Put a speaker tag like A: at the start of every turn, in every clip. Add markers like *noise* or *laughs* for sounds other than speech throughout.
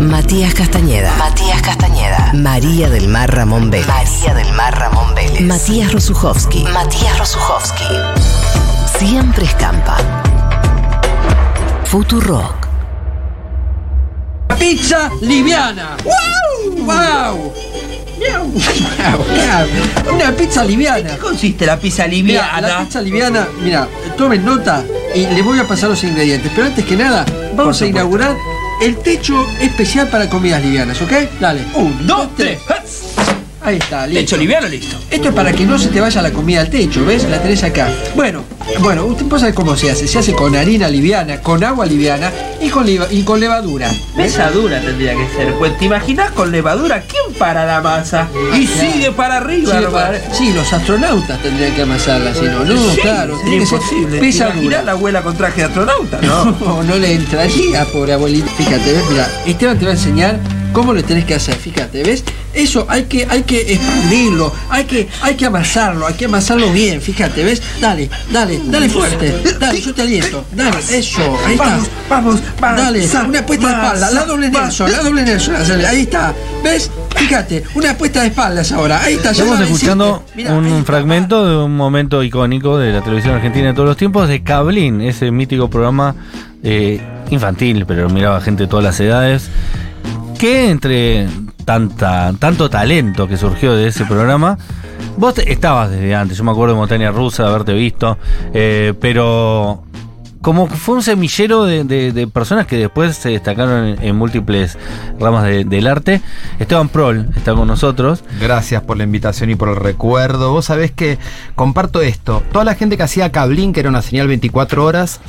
A: Matías Castañeda. Matías Castañeda. María del Mar Ramón Vélez. María del Mar Ramón Vélez. Matías Rosuchowski. Matías Rosuchowski. Siempre escampa. Futurock.
B: Pizza liviana. ¡Wow! ¡Wow! *laughs* Una pizza liviana.
C: consiste la pizza
B: Mira, la pizza liviana, mira, tomen nota y les voy a pasar los ingredientes. Pero antes que nada, vamos a
C: supuesto.
B: inaugurar el techo especial para comidas livianas, ¿ok? Dale.
C: Un, dos, tres.
B: Ahí está, listo.
C: Lecho liviano, listo.
B: Esto es para que no se te vaya la comida al techo, ¿ves? La tenés acá. Bueno, bueno, usted puede saber cómo se hace. Se hace con harina liviana, con agua liviana y con, liva- y con levadura.
C: Pesadura tendría que ser. Pues te imaginas con levadura, ¿quién para la masa? Y sigue para arriba,
B: Sí,
C: hermano.
B: para- sí, los astronautas tendrían que amasarla, si no, no,
C: Sí,
B: claro,
C: sería
B: tiene que ser
C: imposible. ¿Te
B: pesadura.
C: imaginás la abuela con traje de astronauta, no?
B: *laughs* No, no le entraría, pobre abuelita. Fíjate, ¿ves? Mira, Esteban te va a enseñar cómo lo tenés que hacer. Fíjate, ¿ves? Eso hay que, hay que expandirlo, hay que, hay que amasarlo, hay que amasarlo bien. Fíjate, ¿ves? Dale, dale, dale fuerte. Dale, yo te aliento. Dale, eso, *laughs* ahí está.
C: Vamos, vamos, vamos.
B: Dale, una puesta de espalda, la doble Nelson, la doble Nelson, hacele, ahí está. ¿Ves? Fíjate, una puesta de espaldas ahora, ahí está. ya
D: Estamos
B: lo hiciste.
D: escuchando
B: Mirá, ahí
D: un
B: está.
D: fragmento de un momento icónico de la televisión argentina de todos los tiempos, de Cablín, ese mítico programa eh, infantil, pero lo miraba gente de todas las edades, que entre tanta, tanto talento que surgió de ese programa, vos te- estabas desde antes, yo me acuerdo de Montaña Rusa, de haberte visto, eh, pero como fue un semillero de, de- de personas que después se destacaron en, en múltiples ramas de- del arte, Esteban Prol está con nosotros.
E: Gracias por la invitación y por el recuerdo. Vos sabés que comparto esto. Toda la gente que hacía Cablín, que era una señal 24 horas,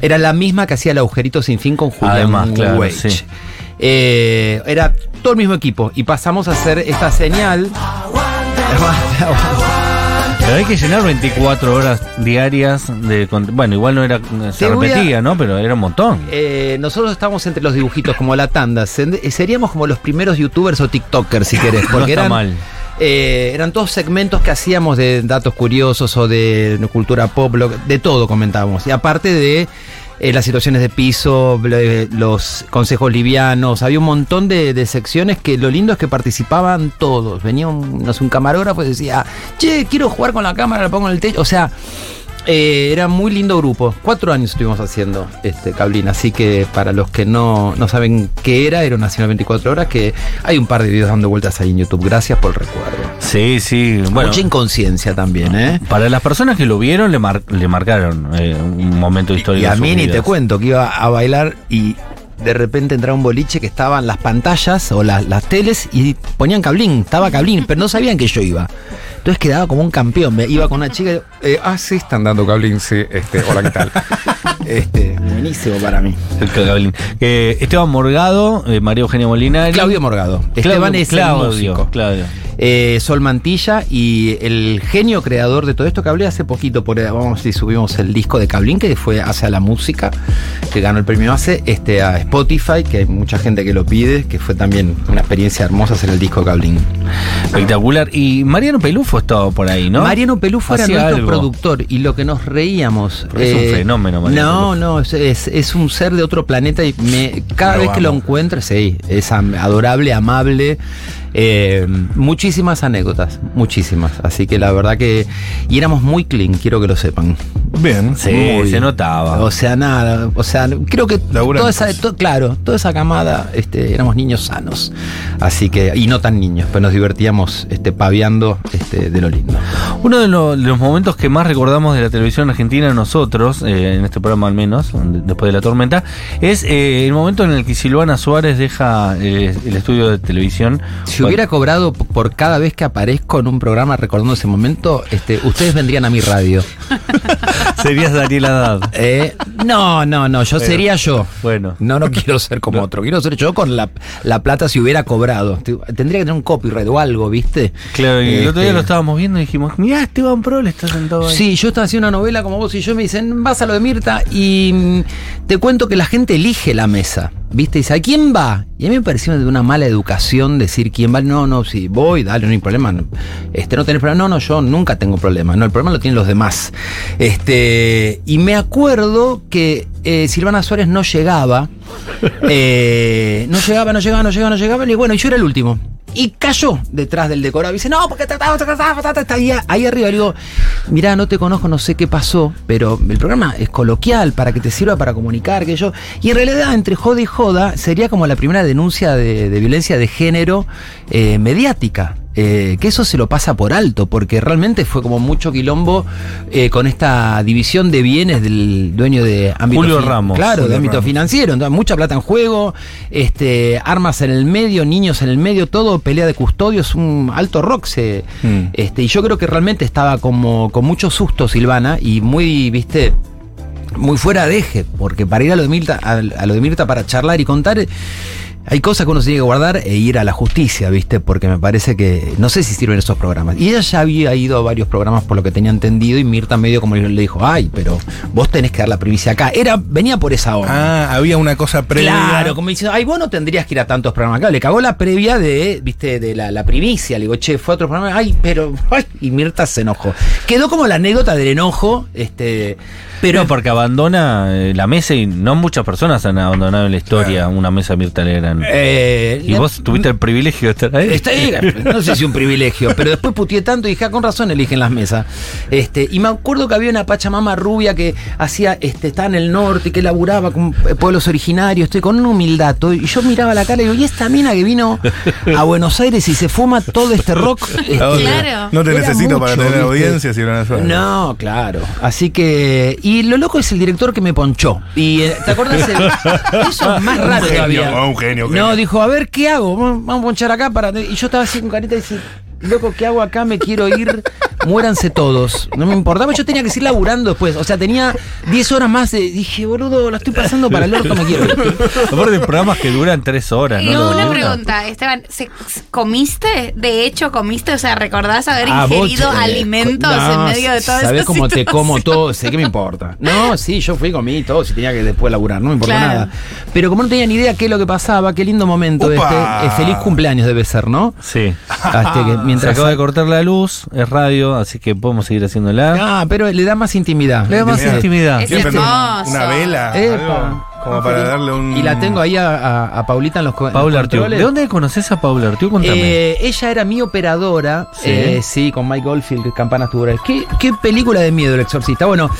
E: era la misma que hacía el agujerito sin fin con Julián
D: Además, claro,
E: Weich.
D: sí.
E: Eh, era todo el mismo equipo y pasamos a hacer esta señal. Aguante, aguante.
D: Pero hay que llenar 24 horas diarias de cont- bueno, igual no era se
E: Te voy a-
D: repetía, ¿no? Pero era un montón.
E: Eh, nosotros estamos entre los dibujitos, como la tanda. Sen- eh, Seríamos como los primeros youtubers o
D: *laughs*
E: tiktokers, si querés. Porque
D: no está
E: eran,
D: mal.
E: eh, eran todos segmentos que hacíamos de datos curiosos o de cultura pop, lo- de todo comentábamos. Y aparte de eh, las situaciones de piso, bla- eh, los consejos livianos, había un montón de, de secciones que lo lindo es que participaban todos. Venía un, no sé, un camarógrafo y decía, che, quiero jugar con la cámara, la pongo en el techo. O sea, eh, era muy lindo grupo. Cuatro años estuvimos haciendo este Cablín, así que para los que no, no saben qué era, era una señal 24 horas que hay un par de videos dando vueltas ahí en YouTube. Gracias por el recuerdo.
D: Sí, sí. Bueno,
E: Mucha inconsciencia también, ¿eh?
D: para las personas que lo vieron le, mar- le marcaron eh, un momento histórico.
E: Y a
D: en sus
E: mí ni
D: vidas. *laughs*
E: te cuento que iba a bailar y de repente entraba un boliche que estaban las pantallas o las, las teles y ponían cablín, estaba cablín, pero no sabían que yo iba. Entonces quedaba como un campeón, me iba con una chica y eh, ah, sí, están dando cablín, sí, este, hola, ¿qué tal? *laughs* este, buenísimo para mí.
D: El Cagablín. Eh, Esteban Morgado, eh, María Eugenia Molinari.
E: Claudio Morgado. Esteban es el
D: Claudio,
E: músico.
D: Claudio.
E: Eh, Sol Mantilla y el genio creador de todo esto que hablé hace poquito, por eh, vamos si subimos el disco de Cablín que fue hacia la música, que ganó el premio hace, este a Spotify, que hay mucha gente que lo pide, que fue también una experiencia hermosa hacer el disco de Cablín.
D: Espectacular. Y Mariano Pelufo estaba por ahí, ¿no?
E: Mariano Pelufo era
D: Hacía
E: nuestro
D: algo.
E: productor y lo que nos reíamos. eh,
D: Pero es un fenómeno, Mariano
E: No,
D: Pelufo.
E: no, es, es- es un ser de otro planeta y me- cada
D: Lo
E: vez que lo
D: amo.
E: encuentro, sí, es am- adorable, amable. eh, muchísimas anécdotas, muchísimas. Así que la verdad que. Y éramos muy clean, quiero que lo sepan.
F: Bien.
D: Sí,
E: Muy.
D: se notaba.
E: O sea, nada. O sea, creo que toda
F: Laburantes.
E: esa, to- claro, toda esa camada, este, éramos niños sanos. Así que, y no tan niños, pero nos divertíamos este, paviando este, de lo lindo.
D: Uno de, lo- de los momentos que más recordamos de la televisión argentina nosotros, eh, en este programa al menos, de- después de la tormenta, es eh, el momento en el que Silvana Suárez deja eh, el estudio de *laughs* televisión.
E: Si hubiera cobrado p- por cada vez que aparezco en un programa recordando ese momento, este, ustedes vendrían a mi radio.
D: Serías Daniel Haddad.
E: Eh, no, no, no, yo sería yo.
D: Bueno.
E: No, no quiero ser como otro. Quiero ser yo con la, la plata si hubiera cobrado. Te- Tendría que tener un copyright o algo, ¿viste?
D: Claro, y el otro día
E: Este,
D: lo estábamos viendo y dijimos, mirá, Esteban Prol está sentado ahí.
E: Sí, yo estaba haciendo una novela como vos y yo me dicen, vas a lo de Mirta y mm, te cuento que la gente elige la mesa. ¿Viste? Y dice, ¿a quién va? Y a mí me pareció de una mala educación decir quién va. No, no, sí, voy, dale, no hay problema. No, Este, no tenés problema. No, no, yo nunca tengo problema. No, el problema lo tienen los demás. Este, y me acuerdo que eh, Silvana Suárez no llegaba. eh, no llegaba, no llegaba, no llegaba, no llegaba. Y bueno, y yo era el último. Y cayó detrás del decorado. Y dice, no, porque trataba, trataba, trataba, está ahí, ahí arriba. Le digo, mirá, no te conozco, no sé qué pasó, pero el programa es coloquial para que te sirva para comunicar, que yo. Y en realidad, entre joda y joda, sería como la primera denuncia de, de violencia de género eh, mediática. Eh, que eso se lo pasa por alto, porque realmente fue como mucho quilombo eh, con esta división de bienes del dueño de ámbito
D: Julio
E: fin-
D: Ramos.
E: Claro, de
D: Julio
E: ámbito
D: Ramos.
E: financiero. Entonces, mucha plata en juego, este, armas en el medio, niños en el medio, todo, pelea de custodios, un alto rock. Se,
D: Mm.
E: este, y yo creo que realmente estaba como con mucho susto Silvana y muy, viste, muy fuera de eje, porque para ir a lo de Mirta, a, a lo de Mirta para charlar y contar, eh, hay cosas que uno se tiene que guardar e ir a la justicia, ¿viste? Porque me parece que no sé si sirven esos programas. Y ella ya había ido a varios programas por lo que tenía entendido y Mirta medio como le dijo, ay, pero vos tenés que dar la primicia acá. Era, venía por esa onda.
F: Ah, había una cosa previa.
E: Claro, como diciendo, ay, vos no tendrías que ir a tantos programas. Claro, le cagó la previa de, viste, de la, la primicia. Le digo, che, fue a otro programa. Ay, pero, *laughs* ay, y Mirta se enojó. Quedó como la anécdota del enojo, este, pero.
D: No, porque abandona eh, la mesa y no muchas personas han abandonado en la historia una mesa de Mirta Legrand.
E: eh,
D: y
E: la-
D: vos tuviste el privilegio de estar ahí.
E: Está
D: *laughs*
E: ahí, no sé si un privilegio, pero después putié tanto y dije, ah, con razón eligen las mesas. Este, y me acuerdo que había una pachamama rubia que hacía, este, estaba en el norte, que laburaba con eh, pueblos originarios, estoy con una humildad. todo, y yo miraba la cara y digo, ¿y esta mina que vino a Buenos Aires y se fuma todo este rock? Este,
F: Ah, ok.
G: Claro.
F: No te
E: Era
F: necesito para
E: mucho,
F: tener
E: ¿viste?
F: audiencia, Silvana Suárez.
E: No, claro. Así que. Y lo loco es el director que me ponchó. Y eh, ¿te acordás?
F: *laughs*
E: El- eso es más
F: Un
E: raro
F: genio,
E: todavía.
F: un genio, un
E: No,
F: genio.
E: dijo, a ver, ¿qué hago? Vamos vamos a ponchar acá para. Y yo estaba así con carita y decía, loco, ¿qué hago acá? Me quiero ir. Muéranse todos. No me importaba. Yo tenía que seguir laburando después. O sea, tenía 10 horas más. de- dije, boludo, la estoy pasando para el orto, me quiero ir.
D: Aparte de programas que duran tres horas,
G: Y
D: ¿no? Lo
G: una
D: duran.
G: pregunta, Esteban, ¿se- ¿comiste? De hecho, ¿comiste? O sea, ¿recordás haber
E: Ah, vos,
G: ingerido
E: eh,
G: alimentos
E: co-
G: en
E: no,
G: medio de todo
E: Sabés
G: esto?
E: cómo te como todo, sé que me importa. No, sí, yo fui, comí todo, si tenía que después laburar, no me importa
G: Claro.
E: nada. Pero como no tenía ni idea qué es lo que pasaba, qué lindo momento
F: Upa.
E: este. eh, feliz cumpleaños debe ser, ¿no?
D: Sí.
E: Hasta que
D: Se
E: mientras.
D: acaba de cortar la luz, es radio, así que podemos seguir haciéndola.
E: Ah, pero le da más intimidad.
D: Le da más
E: ¿viste?
D: intimidad.
G: Es
F: Siempre una,
G: hermoso.
F: una vela,
E: Epa.
F: algo, como para darle un.
E: Y la tengo ahí a, a- a Paulita en los co- en los
D: Paula Artiú.
E: controles.
D: ¿De dónde conoces a Paula Artiú? Contame.
E: Eh, ella era mi operadora,
D: Sí.
E: eh, sí, con Mike Oldfield, Campanas Tubular. ¿Qué, qué película de miedo el exorcista? Bueno,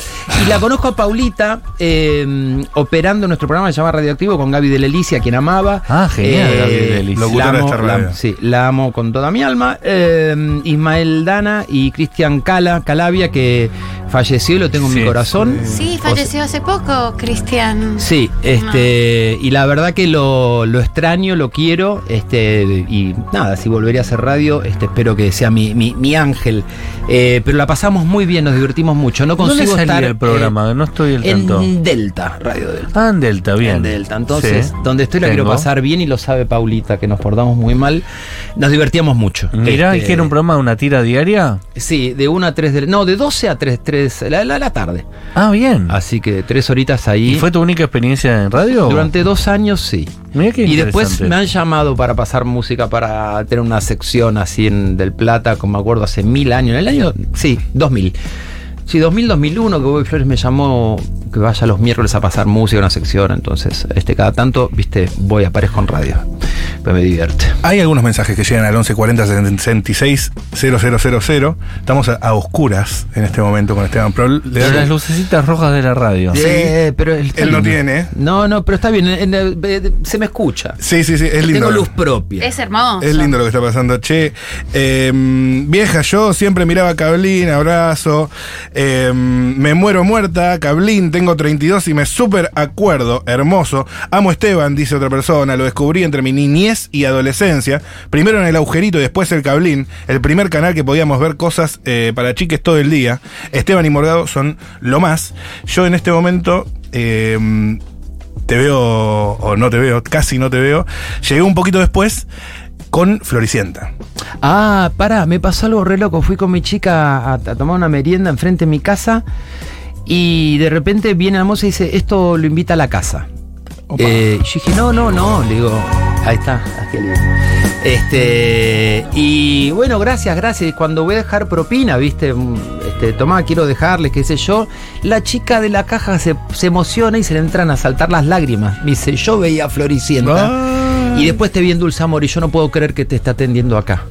E: y la conozco a Paulita eh, operando en nuestro programa que se llama Radioactivo con Gaby de Lelicia, quien amaba. Eh,
D: Ah, genial, Gaby de Lelicia.
E: La
F: Locutora de
E: amo,
F: esta
E: la-
F: radio.
E: sí, la amo con toda mi alma. Eh, Ismael Dana y Cristian Cala, Calavia, que falleció y lo tengo en
D: Sí,
E: mi corazón.
G: Sí, falleció hace poco, Cristian.
E: Sí, este, y la verdad que lo, lo extraño, lo quiero, este, y nada, si volvería a hacer radio, este, espero que sea mi, mi, mi ángel. Eh, pero la pasamos muy bien, nos divertimos mucho. No
D: ¿Dónde
E: consigo
D: salía
E: estar
D: el programa? no estoy
E: eh,
D: al tanto.
E: en Delta, Radio Delta.
D: Ah, en Delta, bien.
E: En Delta. Entonces,
D: Sí.
E: donde estoy la quiero
D: Tengo.
E: pasar bien y lo sabe Paulita, que nos portamos muy mal. Nos divertíamos mucho.
D: Mirá, ¿y
E: Este,
D: que era un programa de una tira diaria?
E: Sí, de 1 a 3 de la- No, de 12 a 3, 3 la, la, la tarde.
D: Ah, bien.
E: Así que tres horitas ahí.
D: ¿Y fue tu única experiencia en radio?
E: Durante dos años sí.
D: Mirá qué
E: Y después
D: interesante.
E: me han llamado para pasar música, para tener una sección así en Del Plata, como me acuerdo, hace mil años. En el año, sí, 2000. Sí, 2000, 2001, que Bobby Flores me llamó que vaya los miércoles a pasar música, una sección. Entonces, este, cada tanto, viste, voy, aparezco en radio. Pero me divierte.
F: Hay algunos mensajes que llegan al 1140 66 0000. Estamos a, a oscuras en este momento con Esteban Prol. Le
D: Pero
F: doy-
D: las lucecitas rojas de la radio.
F: Sí,
E: Eh, pero está
F: él no
E: lindo.
F: tiene.
E: No, no, pero está bien. en- en- eh, se me escucha.
F: Sí, sí, sí, ¿Eh? es lindo.
E: Tengo luz propia.
G: Es hermoso.
F: Es lindo lo que está pasando, che. eh, vieja, yo siempre miraba a Cablín, abrazo. Eh, me muero muerta, Cablín, tengo 32 y me súper acuerdo, hermoso. Amo Esteban, dice otra persona, lo descubrí entre mi niñez y adolescencia. Primero en el agujerito y después el Cablín, el primer canal que podíamos ver cosas eh, para chiques todo el día. Esteban y Morgado son lo más. Yo en este momento... eh, te veo o no te veo, casi no te veo. Llegué un poquito después con Floricienta.
E: Ah, pará, me pasó algo re loco. Fui con mi chica a, a tomar una merienda enfrente de mi casa y de repente viene la moza y dice, esto lo invita a la casa. Eh, yo dije, no, no, no, le digo, Ahí está, Angelina. Este, y bueno, gracias, gracias. Cuando voy a dejar propina, viste, mm, este, tomá, quiero dejarles, qué sé yo. La chica de la caja se, se emociona y se le entran a saltar las lágrimas. Me dice, yo veía a Floricienta. Y después te vi en Dulce Amor y yo no puedo creer que te está atendiendo acá.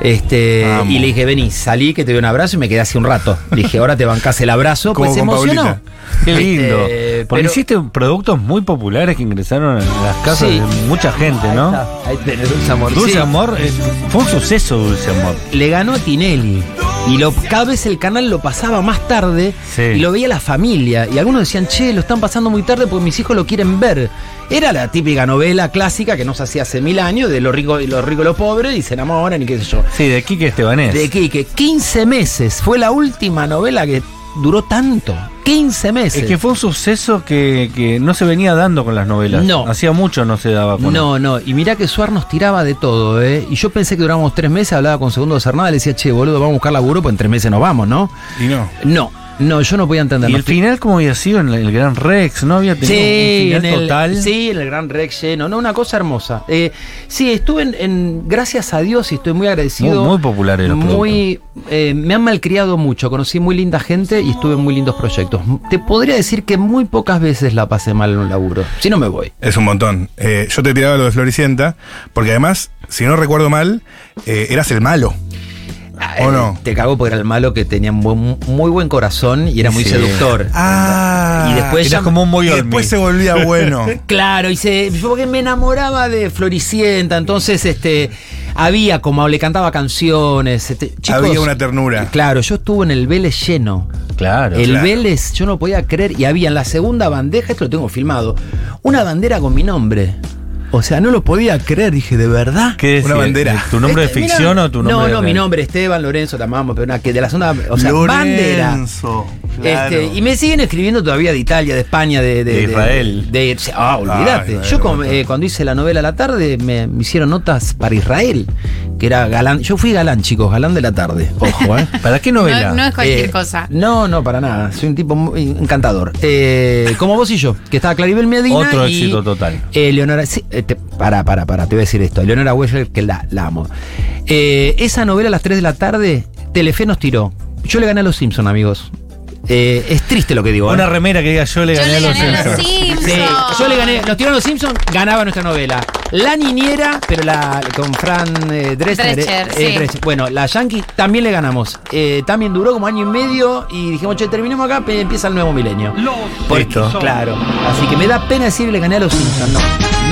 E: Este,
F: Vamos.
E: y le dije, vení, salí, que te doy un abrazo y me quedé así un rato. Le dije, ahora te bancás el abrazo.
F: Como
E: pues se
F: con
E: emocionó.
F: Paulita.
D: Qué
E: Este,
D: lindo. Porque
E: pero-
D: hiciste productos muy populares que ingresaron en las casas
E: Sí.
D: de mucha gente,
E: Ahí
D: ¿no?
E: está, Ahí tenés Dulce Amor.
D: Dulce
E: Sí.
D: Amor eh, fue un suceso, Dulce Amor.
E: le ganó a Tinelli. Y lo, cada vez el canal lo pasaba más tarde
D: Sí.
E: y lo veía la familia. Y algunos decían, che, lo están pasando muy tarde porque mis hijos lo quieren ver. Era la típica novela clásica que nos hacía hace mil años de los ricos y los ricos y los pobres y se enamoran y qué sé yo.
D: Sí, de Quique Estebanés.
E: De Quique, 15 meses. Fue la última novela que duró tanto. 15 meses.
D: Es que fue un suceso que, que no se venía dando con las novelas.
E: No.
D: Hacía mucho no se daba con
E: No, no, y mirá que Suar nos tiraba de todo, ¿eh? Y yo pensé que durábamos tres meses, hablaba con Segundo Cernadas, le decía, che, boludo, vamos a buscar laburo, pues en tres meses nos vamos, ¿no?
F: Y no.
E: No, no, yo no podía entender.
D: Y el
E: Nos-
D: final, como había sido en la- el Gran Rex, ¿no? Había tenido
E: Sí,
D: un
E: en
D: final
E: el,
D: total.
E: sí, en el Gran Rex lleno, no, una cosa hermosa. Eh, sí, estuve en, en- gracias a Dios y estoy muy agradecido.
D: Muy- muy populares los
E: Muy, eh, me han malcriado mucho, conocí muy linda gente y estuve en muy lindos proyectos. Te podría decir que muy pocas veces la pasé mal en un laburo, si no me voy.
F: Es un montón. Eh, yo te tiraba lo de Floricienta, porque además, si no recuerdo mal, eh, eras el malo. ¿O
E: Eh,
F: no?
E: Te cago porque era el malo que tenía un buen- muy buen corazón y era muy
D: Sí.
E: seductor.
F: Ah.
E: Y después
D: Era
E: pues ya-
D: como un
F: Y
D: boyolmi.
F: después se *laughs* volvía bueno.
E: Claro, y se, yo porque me enamoraba de Floricienta, entonces este había como le cantaba canciones. este, chicos,
F: Había una ternura.
E: Claro, yo estuve en el Vélez lleno.
D: Claro.
E: el
F: claro.
E: Vélez, yo no podía creer, y había en la segunda bandeja, esto lo tengo filmado, una bandera con mi nombre. O sea, no lo podía creer, dije, ¿de verdad?
D: ¿Qué decís?
F: Una bandera.
D: ¿Tu nombre de
E: Este, mirá,
D: ficción o tu nombre
E: No,
D: de
E: no,
D: real?
E: mi nombre, Esteban Lorenzo, te amamos, pero una que de la segunda, o sea, bandera.
F: Lorenzo, claro.
E: Este, y me siguen escribiendo todavía de Italia, de España, de,
D: De Israel.
E: de- ah, olvídate.
F: Israel,
E: yo con-
F: bueno.
E: eh, cuando hice la novela a la tarde me, me hicieron notas para Israel, que era galán. Yo fui galán, chicos, galán de la tarde.
D: *laughs*
E: Ojo, ¿eh?
D: ¿Para qué novela?
G: No, no es cualquier
E: Eh,
G: cosa.
E: No, no, para nada. Soy un tipo muy encantador. Eh, como vos y yo, que estaba Claribel Medina.
D: Otro
E: y,
D: éxito total.
E: eh, Leonora. Sí, eh, te- pará, pará, pará, te voy a decir esto. Leonora Weller, que la, la amo. Eh, esa novela a las 3 de la tarde, Telefe nos tiró. Yo le gané a los Simpson, amigos. Eh, es triste lo que digo. ¿eh?
D: Una remera que diga yo le
G: Yo
D: gané
G: le
D: a los
G: gané a los
D: Simpsons.
G: Simpsons.
E: Sí, yo le gané. Nos tiraron los Simpsons, ganaba nuestra novela. La niñera, pero la con Fran eh, Drescher.
G: Drescher,
E: eh,
G: sí.
E: eh, Drescher. Bueno, la Yankee también le ganamos. Eh, también duró como año y medio y dijimos, che, terminemos acá, pe- empieza el nuevo milenio. Porque-
D: Listo.
E: Claro. Así que me da pena decir que le gané a los Simpsons. No,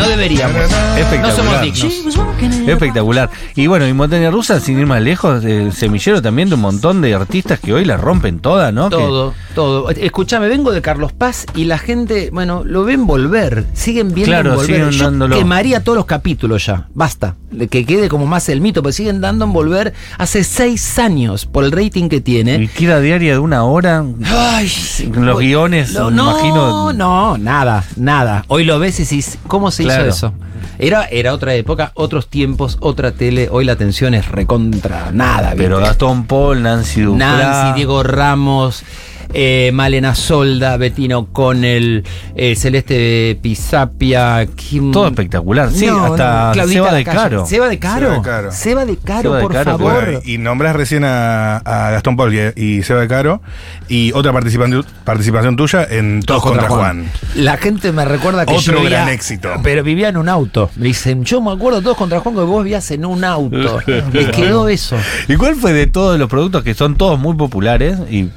E: no deberíamos. No somos
D: Espectacular.
E: dignos.
D: Espectacular. Y bueno, y Montaña Rusa, sin ir más lejos, eh, semillero también de un montón de artistas que hoy la rompen toda, ¿no? Que-
E: Todo, todo. Escuchame, vengo de Carlos Paz y la gente, bueno, lo ven volver. Siguen viendo
D: Claro,
E: volver.
D: siguen
E: Yo
D: dándolo.
E: quemaría todos los capítulos ya. Basta. Le- Que quede como más el mito, pero siguen dando en volver hace seis años por el rating que tiene.
D: Y queda diaria de una hora.
E: Ay,
D: Los
E: voy-
D: guiones,
E: Lo-
D: me
E: no,
D: imagino-
E: No, nada, nada. Hoy lo ves y decís, ¿cómo se
D: Claro.
E: hizo eso? Era, era otra época, otros tiempos, otra tele. Hoy la atención es recontra nada.
D: Pero
E: ¿viste?
D: Gastón Paul, Nancy Duprá.
E: Nancy, Diego Ramos, eh, Malena Solda, Betino Connell, eh, Celeste Pisapia, Kim.
D: Todo espectacular, sí, hasta
E: Claudita
D: Seba de
E: Lacalle.
D: Caro.
E: Seba de
F: Seba
E: Caro.
F: de Caro.
E: Seba de Caro,
D: Seba de
E: por
D: Caro,
E: favor.
F: Bueno, y nombras recién a, a Gastón Paul y- y Seba de Caro y otra participan- participación tuya en Todos contra, Juan.
E: La gente me recuerda que
F: Otro
E: yo vivía-
F: gran éxito.
E: Pero vivía en un auto. Me dicen, yo me acuerdo todos contra Juan que vos vivías en un
D: *laughs*
E: auto. Me quedó eso.
D: ¿Y cuál fue de todos los productos que son todos muy populares? ¿Y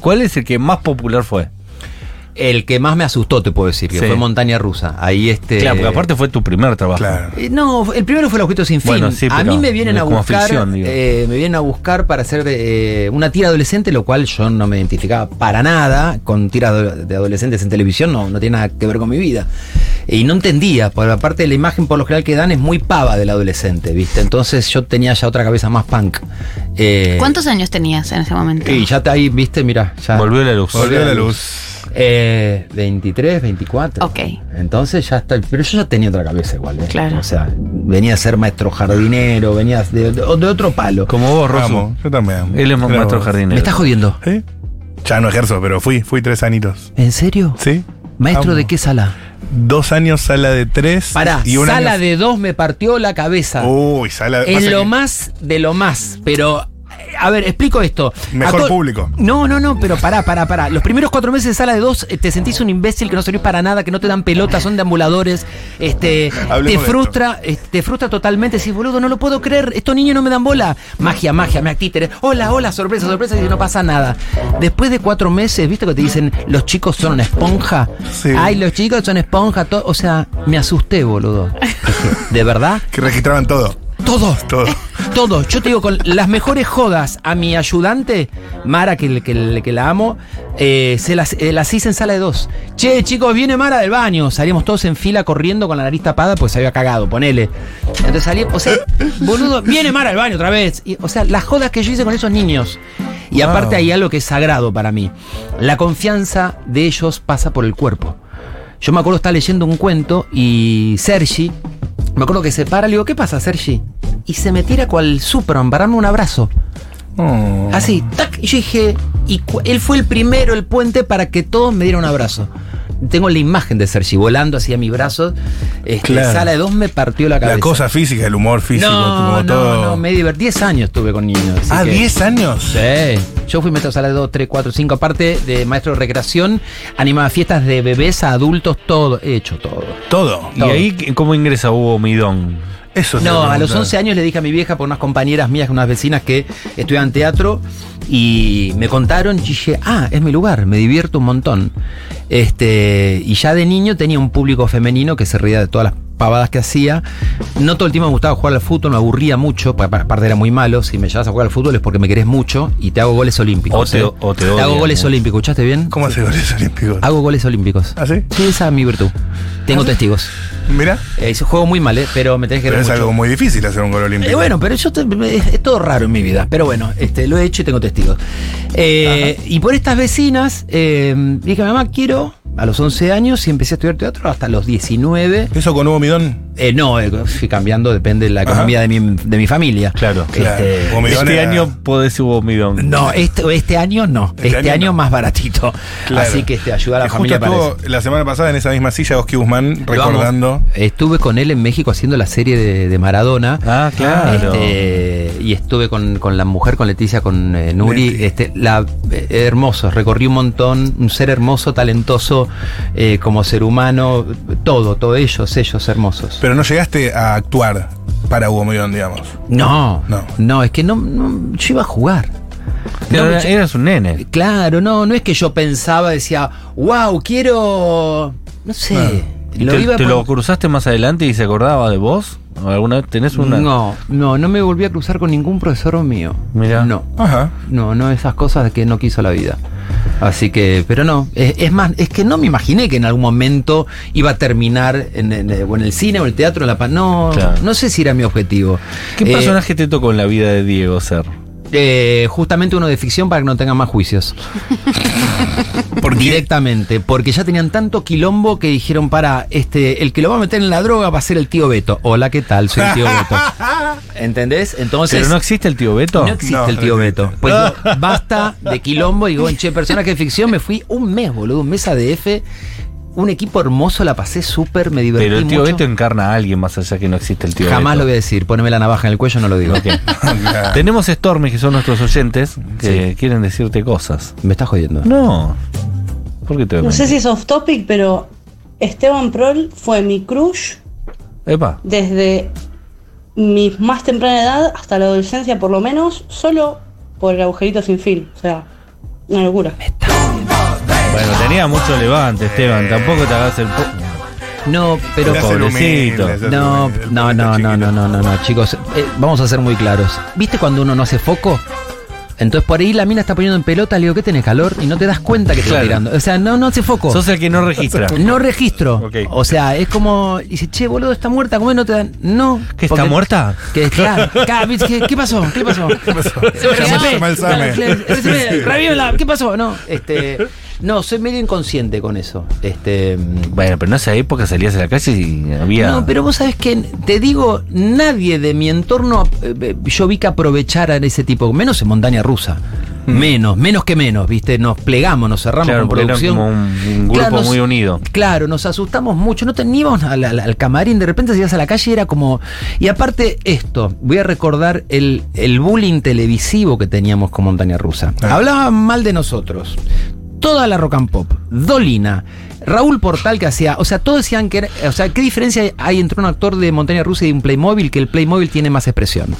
D: cuál es el que más popular fue?
E: El que más me asustó, te puedo decir, que
D: Sí.
E: fue Montaña Rusa. Ahí este.
D: Claro, porque aparte fue tu primer trabajo.
F: Claro.
E: Eh, No, el primero fue el objeto sin fin.
D: Bueno, sí,
E: a
D: pero
E: mí me vienen a
D: como
E: buscar,
D: ficción, digo.
E: eh, me vienen a buscar para hacer eh, una tira adolescente, lo cual yo no me identificaba para nada con tiras de de adolescentes en televisión, no, no tiene nada que ver con mi vida. Y no entendía, por aparte la imagen por lo general que dan es muy pava del adolescente, ¿viste? Entonces yo tenía ya otra cabeza más punk. Eh,
G: ¿Cuántos años tenías en ese momento?
E: Y ya está ahí, ¿viste? Mira, ya.
D: Volvió la luz.
F: Volvió
E: a
F: la luz.
E: Eh, 23, 24.
G: Ok.
E: Entonces ya está. Pero yo ya tenía otra cabeza igual. ¿eh?
G: Claro.
E: O sea, venía a ser maestro jardinero, venía de, de- de otro palo.
D: Como vos, Rosu.
F: Vamos, yo también.
D: Él es
F: Era
D: maestro
F: vos.
E: Me
D: jardinero.
E: estás jodiendo.
F: ¿Sí? Ya no ejerzo, pero fui, fui tres anitos.
E: ¿En serio?
F: ¿Sí?
E: ¿Maestro
F: Amo.
E: de qué sala?
F: dos años, sala de tres.
E: Pará,
F: y Uh, un
E: sala
F: año-
E: de dos me partió la cabeza.
F: Uy, sala de
E: es
F: Eh, pasa
E: lo
F: que-
E: más de lo más, pero... eh, A ver, explico esto.
F: Mejor
E: A to-
F: público.
E: No, no, no, pero pará, pará, pará. Los primeros cuatro meses de sala de dos eh, te sentís un imbécil que no servís para nada, que no te dan pelota, son deambuladores. Este,
F: Hablemos
E: te
F: de
E: frustra, eh, te frustra totalmente. Decís, boludo, no lo puedo creer, estos niños no me dan bola. Magia, magia, me títeres. Hola, hola, sorpresa, sorpresa, y no pasa nada. Después de cuatro meses, ¿viste que te dicen, los chicos son una esponja?
F: Sí.
E: Ay, los chicos son esponja. todo. O sea, me asusté,
F: *laughs*
E: boludo. Dije, ¿de verdad?
F: Que registraban todo.
E: Todo. *laughs*
F: Todo.
E: Todo, yo te digo, con las mejores jodas a mi ayudante, Mara, que, que- que la amo, eh, se las, eh, las hice en sala de dos. Che, chicos, viene Mara del baño. Salimos todos en fila corriendo con la nariz tapada pues se había cagado, ponele. Entonces salí, o sea, boludo, viene Mara del baño otra vez. Y, o sea, las jodas que yo hice con esos niños. Y aparte hay algo que es sagrado para mí. La confianza de ellos pasa por el cuerpo. Yo me acuerdo estar leyendo un cuento y Sergi, me acuerdo que se para, le digo, ¿qué pasa, Sergi? Y se me tira cual Superman para darme un abrazo. Así, tac. Y yo dije, y cu- él fue el primero, el puente, para que todos me dieran un abrazo. Tengo la imagen de Sergi volando hacia mis brazos. Este,
F: Claro.
E: Sala de dos me partió la cabeza.
F: La cosa física, el humor físico,
E: no,
F: como
E: no,
F: todo.
E: no, me divertí. 10 años estuve con niños. así
F: Ah,
E: que-
F: 10 años.
E: Sí. Yo fui maestro de sala de 2, 3, 4, 5, aparte de maestro de recreación, animaba fiestas de bebés a adultos, todo, he hecho todo.
F: Todo.
D: ¿Y ahí cómo ingresa Hugo Midón?
F: Eso te
E: No,
F: voy
E: a los
F: preguntar.
E: 11 años le dije a mi vieja por unas compañeras mías, unas vecinas que estudiaban teatro y me contaron y dije, ah, es mi lugar, me divierto un montón. Este, y ya de niño tenía un público femenino que se reía de todas las pavadas que hacía. No todo el tiempo me gustaba jugar al fútbol, me aburría mucho, pa- pa- aparte era muy malo, si me llevas a jugar al fútbol es porque me querés mucho y te hago goles olímpicos.
D: O te-
E: ¿eh?
D: o te
E: hago
D: odian,
E: goles
D: ¿no?
E: olímpicos, ¿escuchaste bien?
F: ¿Cómo hace goles olímpicos?
E: Hago goles olímpicos.
F: ¿Ah, sí?
E: Sí, esa es mi virtud. Tengo testigos.
F: Mira,
E: Eh, juego muy mal, ¿eh? pero me tenés que
F: pero
E: querer
F: es
E: mucho.
F: algo muy difícil hacer un gol olímpico.
E: Eh, bueno, pero yo te- me- es, es todo raro en mi vida. Pero bueno, este, lo he hecho y tengo testigos. Eh, y por estas vecinas, eh, dije, mamá, quiero a los 11 años y empecé a estudiar teatro hasta los 19.
F: Eso con Hugo Midón.
E: Eh, no, eh, fui cambiando, depende de la economía de mi, de mi familia.
D: Claro.
F: Claro.
E: Este,
F: Hugo Midón
D: Este
F: era-
D: año podés Hugo Midón.
E: no, este, este año no. Este,
F: Este
E: año,
F: año no.
E: más baratito.
F: Claro.
E: Así que este, ayuda a la
F: Que
E: familia
F: Justo
E: para eso.
F: estuvo la semana pasada en esa misma silla Oski Guzmán
E: Lo amo.
F: recordando.
E: Estuve con él en México haciendo la serie de, de Maradona.
D: Ah, claro.
E: Este, y estuve con, con la mujer, con Leticia, con eh, Nuri.
F: Leti.
E: Este, la, eh, hermoso, recorrí un montón, un ser hermoso, talentoso, eh, como ser humano, todo, todo ellos, ellos hermosos.
F: Pero no llegaste a actuar para Hugo Midón, digamos.
E: no,
F: No.
E: no, es que no, no- yo iba a jugar.
D: Pero
E: No,
D: era-
E: yo-
D: eras un nene.
E: Claro, no, no es que yo pensaba, decía, wow, quiero. No sé.
D: ¿Y ¿Te,
E: iba
D: te
E: por-
D: lo cruzaste más adelante y se acordaba de vos? ¿Alguna vez tenés una?
E: No, no, no me volví a cruzar con ningún profesor mío.
D: Mirá.
E: No,
F: Ajá. *laughs*
E: no, no, esas cosas que no quiso la vida. Así que, pero no, es, es más, es que no me imaginé que en algún momento iba a terminar en, en- eh, o en el cine o el teatro, en la pa- no,
D: Claro.
E: no sé si era mi objetivo.
D: ¿Qué
E: Eh,
D: personaje te tocó en la vida de Diego ser?
E: eh, justamente uno de ficción para que no tengan
D: *laughs*
E: más juicios.
F: ¿Por qué?
E: Directamente, porque ya tenían tanto quilombo que dijeron para este, el que lo va a meter en la droga va a ser el tío Beto. Hola, ¿qué tal? Soy el
D: *laughs*
E: tío Beto. ¿Entendés? Entonces.
D: ¿Pero no existe el tío Beto?
E: No existe
F: No,
E: el tío
F: no
E: Beto. Pues yo, basta de quilombo y digo, che, personaje de ficción, me fui un mes, boludo, un mes ADF. Un equipo hermoso, la pasé súper, me divertí
D: Pero el tío
E: mucho.
D: Beto encarna a alguien más allá que no existe el tío
E: Jamás lo voy a
D: Beto.
E: decir, poneme la navaja en el cuello, no lo digo.
F: Claro.
D: Tenemos Stormy, que son nuestros oyentes, que quieren decirte cosas.
E: Me estás jodiendo.
D: No. ¿Por qué te voy a
H: No sé
D: mentir?
H: si es off topic, pero Esteban Prol fue mi crush
D: Epa.
H: desde mi más temprana edad hasta la adolescencia, por lo menos, solo por el agujerito sin fin. O sea, una locura.
D: Bueno, tenía mucho levante, Esteban. Tampoco te hagas el... po-
E: No, pero
F: Te hace el
D: pobrecito.
F: humilde, te hace
E: No,
F: el humilde, el
E: no,
F: pobrecito
E: no, no,
F: chiquito.
E: no, no, no, no, chicos. eh, vamos a ser muy claros. ¿Viste cuando uno no hace foco? Entonces por ahí la mina está poniendo en pelota, le digo, ¿qué tenés calor? Y no te das cuenta que te
D: Claro.
E: está tirando. O sea, no, no hace foco.
D: Sos el que no registra.
E: No registro.
D: Ok.
E: O sea, es como. Dice, che, boludo, está muerta, ¿cómo no te dan? No.
D: ¿Que
E: porque-
D: está muerta? *laughs*
E: Que claro. claro, ¿viste? ¿Qué, qué pasó? ¿Qué pasó? Se me
F: Llamó-
E: escapé.
F: llamó al SAME.
E: Claro, claro, SAME, revívela, ¿Qué pasó? No, este. No, soy medio inconsciente con eso. Este.
D: Bueno, pero en esa época salías a la calle y había...
E: No, pero vos sabés que te digo, nadie de mi entorno eh, eh, yo vi que aprovechara en ese tipo, menos en montaña rusa. Menos, menos que menos, ¿viste? Nos plegamos, nos
D: Mm.
E: cerramos
D: Claro,
E: con
D: porque era
E: producción.
D: como un, un grupo
E: Claro, nos-
D: muy unido.
E: Claro, nos asustamos mucho, no teníamos al, al- al camarín, de repente salías a la calle y era como... Y aparte esto, voy a recordar el, el bullying televisivo que teníamos con Montaña Rusa.
F: Ah.
E: Hablaban mal de nosotros. Toda la rock and pop, Dolina, Raúl Portal que hacía, o sea, todos decían que era, o sea, ¿qué diferencia hay entre un actor de Montaña Rusa y un Playmobil? Que el Playmobil tiene
D: *laughs*
E: más expresión.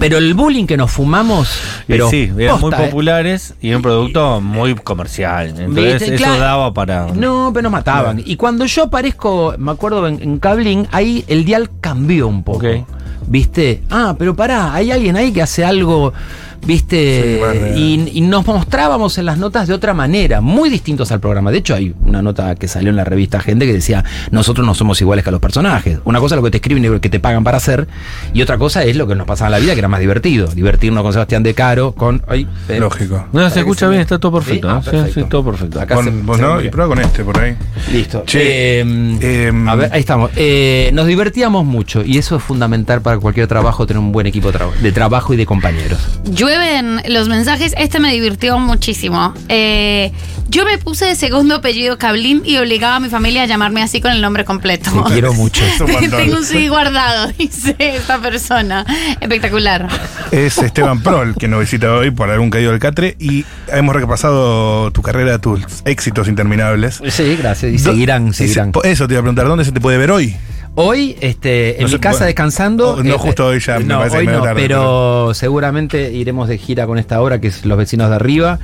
E: Pero el bullying que nos fumamos,
D: Y
E: pero
D: sí, eran muy
E: posta, ¿eh?
D: populares y un producto muy comercial. Entonces
E: ¿Viste?
D: eso
E: Claro.
D: daba para...
E: No, pero nos mataban. Y cuando yo aparezco, me acuerdo en, en Cablin, ahí el dial cambió un poco.
D: Ok.
E: ¿Viste? Ah, pero pará, hay alguien ahí que hace algo,
F: Sí, eh.
E: ¿viste?
F: vale.
E: y, y nos mostrábamos en las notas de otra manera, muy distintos al programa. De hecho, hay una nota que salió en la revista Gente que decía, nosotros no somos iguales que los personajes. Una cosa es lo que te escriben y lo que te pagan para hacer, y otra cosa es lo que nos pasaba en la vida, que era más divertido. Divertirnos con Sebastián de Caro, con... ay, eh,
F: Lógico.
D: No,
E: Para que
D: se escucha
E: se
D: bien,
E: me-
D: está todo perfecto.
E: Sí, ah,
D: ¿eh? Sí,
E: perfecto.
D: sí, todo perfecto.
E: Acá se-
F: Pon- vos
E: se-
F: no, y prueba con este por ahí.
E: Listo.
F: Che,
E: Em,
F: em,
E: a ver, ahí estamos. Eh, nos divertíamos mucho y eso es fundamental para cualquier trabajo, tener un buen equipo de, traba- de trabajo y de compañeros.
G: Llueven los mensajes. Este me divirtió muchísimo. Eh, yo me puse de segundo apellido Cablín y obligaba a mi familia a llamarme así con el nombre completo.
E: Te
G: *laughs*
E: quiero
F: *laughs*
E: mucho.
F: Es un montón.
G: Tengo un sí guardado, *laughs* dice esta persona. Espectacular.
F: Es Esteban Prol que nos visita hoy por algún caído del catre y hemos repasado tu carrera, tus éxitos interminables.
E: Sí, gracias. Y
F: Do-
E: seguirán,
F: y se-
E: seguirán.
F: po- Eso te iba a preguntar, ¿dónde se te puede ver hoy?
E: Hoy, este, en
F: No
E: mi
F: sé,
E: casa
F: bueno,
E: descansando. eh,
F: oh, no, justo hoy ya me
E: no,
F: parece que
E: hoy
F: medio
E: no,
F: tarde,
E: pero, seguramente iremos de gira con esta obra que es Los Vecinos de Arriba.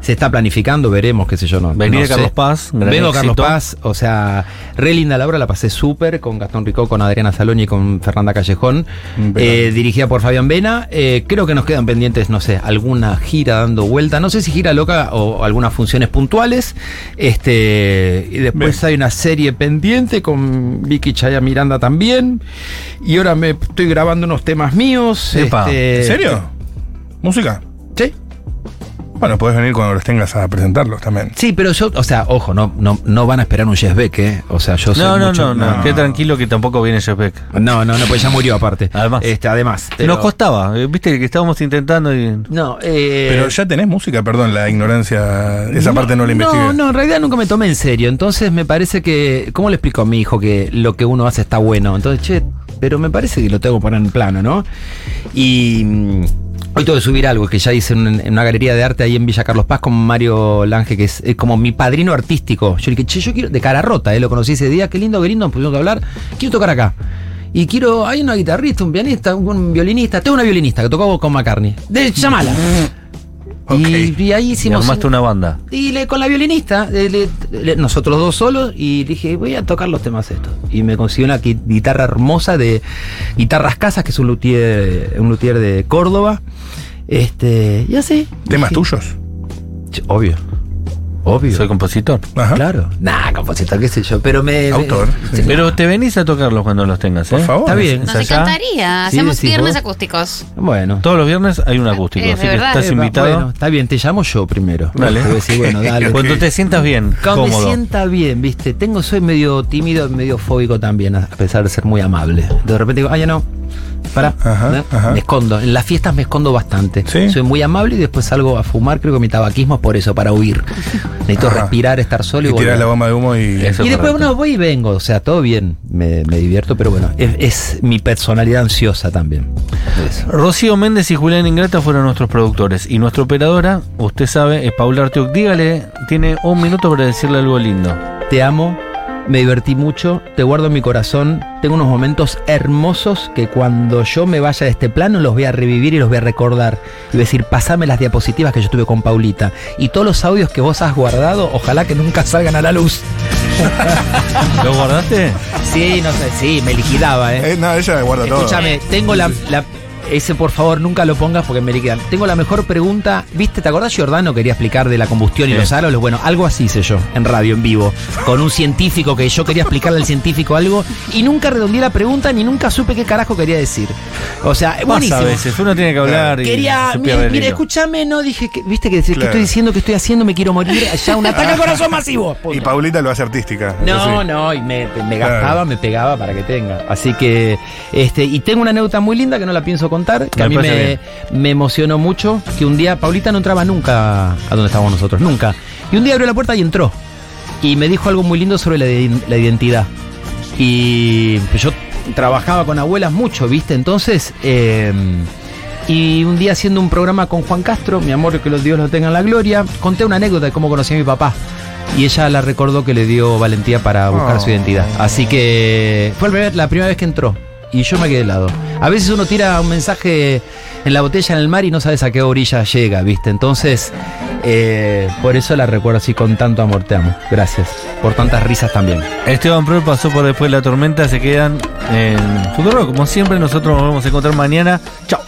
E: Se está planificando, veremos, qué sé yo. No,
D: Venir
E: no
D: de Carlos Paz, gran
E: Vengo de Carlos
D: éxito.
E: Paz, o sea, re linda la obra, la pasé súper con Gastón Ricó, con Adriana Saloni y con Fernanda Callejón. Eh, dirigida por Fabián Vena. Eh, creo que nos quedan pendientes, no sé, alguna gira dando vuelta. No sé si gira loca o, o algunas funciones puntuales. Este, y después hay una serie pendiente con Vicky Chaya Miranda también. Y ahora me estoy grabando unos temas míos.
D: Epa,
E: este,
F: ¿En serio? ¿Música?
E: Sí.
F: Bueno, puedes venir cuando los tengas a presentarlos también.
E: Sí, pero yo, o sea, ojo, no, no, no van a esperar un Jeff Beck, ¿eh? O sea, yo soy
D: No, no,
E: mucho-
D: no, no,
F: no.
D: Qué tranquilo que tampoco viene Jeff Beck.
E: No, no, no, pues ya murió aparte.
D: Además.
E: Este, además. pero-
D: Nos costaba, eh, viste que estábamos intentando y...
E: No, eh,
F: Pero ya tenés música, perdón, la ignorancia, esa parte no la investigué.
E: No, no, en realidad nunca me tomé en serio. Entonces me parece que. ¿Cómo le explico a mi hijo que lo que uno hace está bueno? Entonces, che, pero me parece que lo tengo que poner en plano, ¿no? Y. mm, Hoy tengo que subir algo que ya hice en, en una galería de arte ahí en Villa Carlos Paz con Mario Lange, que es, eh, como mi padrino artístico. Yo le dije, che, yo quiero. De cara rota, eh, lo conocí ese día, qué lindo, qué lindo, nos pusimos a hablar. Quiero tocar acá. Y quiero. Hay una guitarrista, un pianista, un, un violinista. Tengo una violinista que tocó con McCartney. De, llamala. Y, y ahí
D: Y
E: hicimos.
D: armaste una banda.
E: Y le- con la violinista, eh, le- le- nosotros dos solos, y dije, voy a tocar los temas estos. Y me consiguió una gui- guitarra hermosa de Guitarras Casas, que es un luthier, un luthier de Córdoba. Este, y así.
F: ¿Temas
E: Dije,
F: tuyos?
E: "Ch- Obvio. Obvio.
D: Soy compositor.
F: Ajá.
E: Claro. eh, Nah, compositor, qué sé yo. Pero me. me-
F: Autor. Sí.
D: Pero te venís a tocarlos cuando los tengas, ¿eh?
F: Por favor.
E: Está bien.
G: Nos
D: ¿Allá?
G: encantaría.
E: Sí,
G: Hacemos
E: decís
G: viernes
E: vos.
G: acústicos.
E: Bueno.
D: Todos los viernes hay un acústico,
G: Eh, de
D: así que
G: verdad.
D: estás
E: Eh,
D: invitado.
E: Bueno, está bien, te llamo yo primero.
D: Dale.
E: Te voy a decir, bueno, dale.
D: *laughs* Cuando te sientas bien,
E: Cuando me
D: cómodo.
E: sienta bien, viste, tengo, soy medio tímido, medio fóbico también, a pesar de ser muy amable. De repente digo, ah, ya no. Pará,
F: Ajá,
E: ¿no?
F: ajá.
E: me escondo. En las fiestas me escondo bastante.
F: Sí.
E: Soy muy amable y después salgo a fumar. Creo que mi tabaquismo es por eso, para huir. Necesito
F: Ajá.
E: respirar, estar solo y,
F: Y tirás
E: volver.
F: la bomba de humo y.
D: Eso.
E: Y
D: correcto.
E: después, bueno, voy y vengo. O sea, todo bien. Me, me divierto, pero bueno, es, es mi personalidad ansiosa también. Eso.
D: Rocío Méndez y Julián Ingrata fueron nuestros productores. Y nuestra operadora, usted sabe, es Paula Artiuk. Dígale, tiene un minuto para decirle algo lindo.
E: Te amo, me divertí mucho, te guardo en mi corazón. Tengo unos momentos hermosos que cuando yo me vaya de este plano los voy a revivir y los voy a recordar. Y voy a decir, pasame las diapositivas que yo tuve con Paulita. Y todos los audios que vos has guardado, ojalá que nunca salgan a la luz.
D: ¿Lo guardaste?
E: Sí, no sé, sí, me liquidaba,
F: Eh, no, ella guarda todo.
E: Escúchame, tengo la, la- Ese por favor nunca lo pongas porque me liquidan. Tengo la mejor pregunta. ¿Viste? ¿Te acordás Giordano quería explicar de la combustión y
D: Sí.
E: los árboles? Bueno, algo así hice yo, en radio, en vivo, con un científico que yo quería explicarle al científico algo y nunca redondeé la pregunta ni nunca supe qué carajo quería decir. O sea,
D: Pasa
E: buenísimo.
D: a
F: eh,
D: veces, uno tiene que hablar y
E: Quería,
D: se pierde
E: mira,
D: el
E: mira,
D: hilo.
E: escúchame, no dije que, viste que, que
F: Claro.
E: estoy diciendo que estoy haciendo, me quiero morir, allá un ataque al
F: *laughs*
E: corazón masivo.
F: Y
E: Punto.
F: Paulita lo hace artística.
E: No,
F: eso sí.
E: no, y me, me
F: Claro.
E: gastaba, me pegaba para que tenga. Así que, este, y tengo una anécdota muy linda que no la pienso contar, que
D: Me
E: a mí
D: parece
E: me,
D: bien.
E: me emocionó mucho, que un día Paulita no entraba nunca a donde estábamos nosotros, nunca. Y un día abrió la puerta y entró. Y me dijo algo muy lindo sobre la, de- la identidad. Y pues, yo trabajaba con abuelas mucho, ¿viste? Entonces... em, y un día haciendo un programa con Juan Castro, mi amor, que los Dios lo tenga en la gloria, conté una anécdota de cómo conocí a mi papá. Y ella la recordó que le dio valentía para buscar su identidad. Así que fue la primera, la primera vez que entró. Y yo me quedé de lado. A veces uno tira un mensaje en la botella en el mar y no sabes a qué orilla llega, ¿viste? Entonces, eh, por eso la recuerdo así con tanto amor. Te amo. Gracias. Por tantas risas también.
D: Esteban Proel pasó por después de la tormenta, se quedan en Futuro. Como siempre, nosotros nos vamos a encontrar mañana. Chao.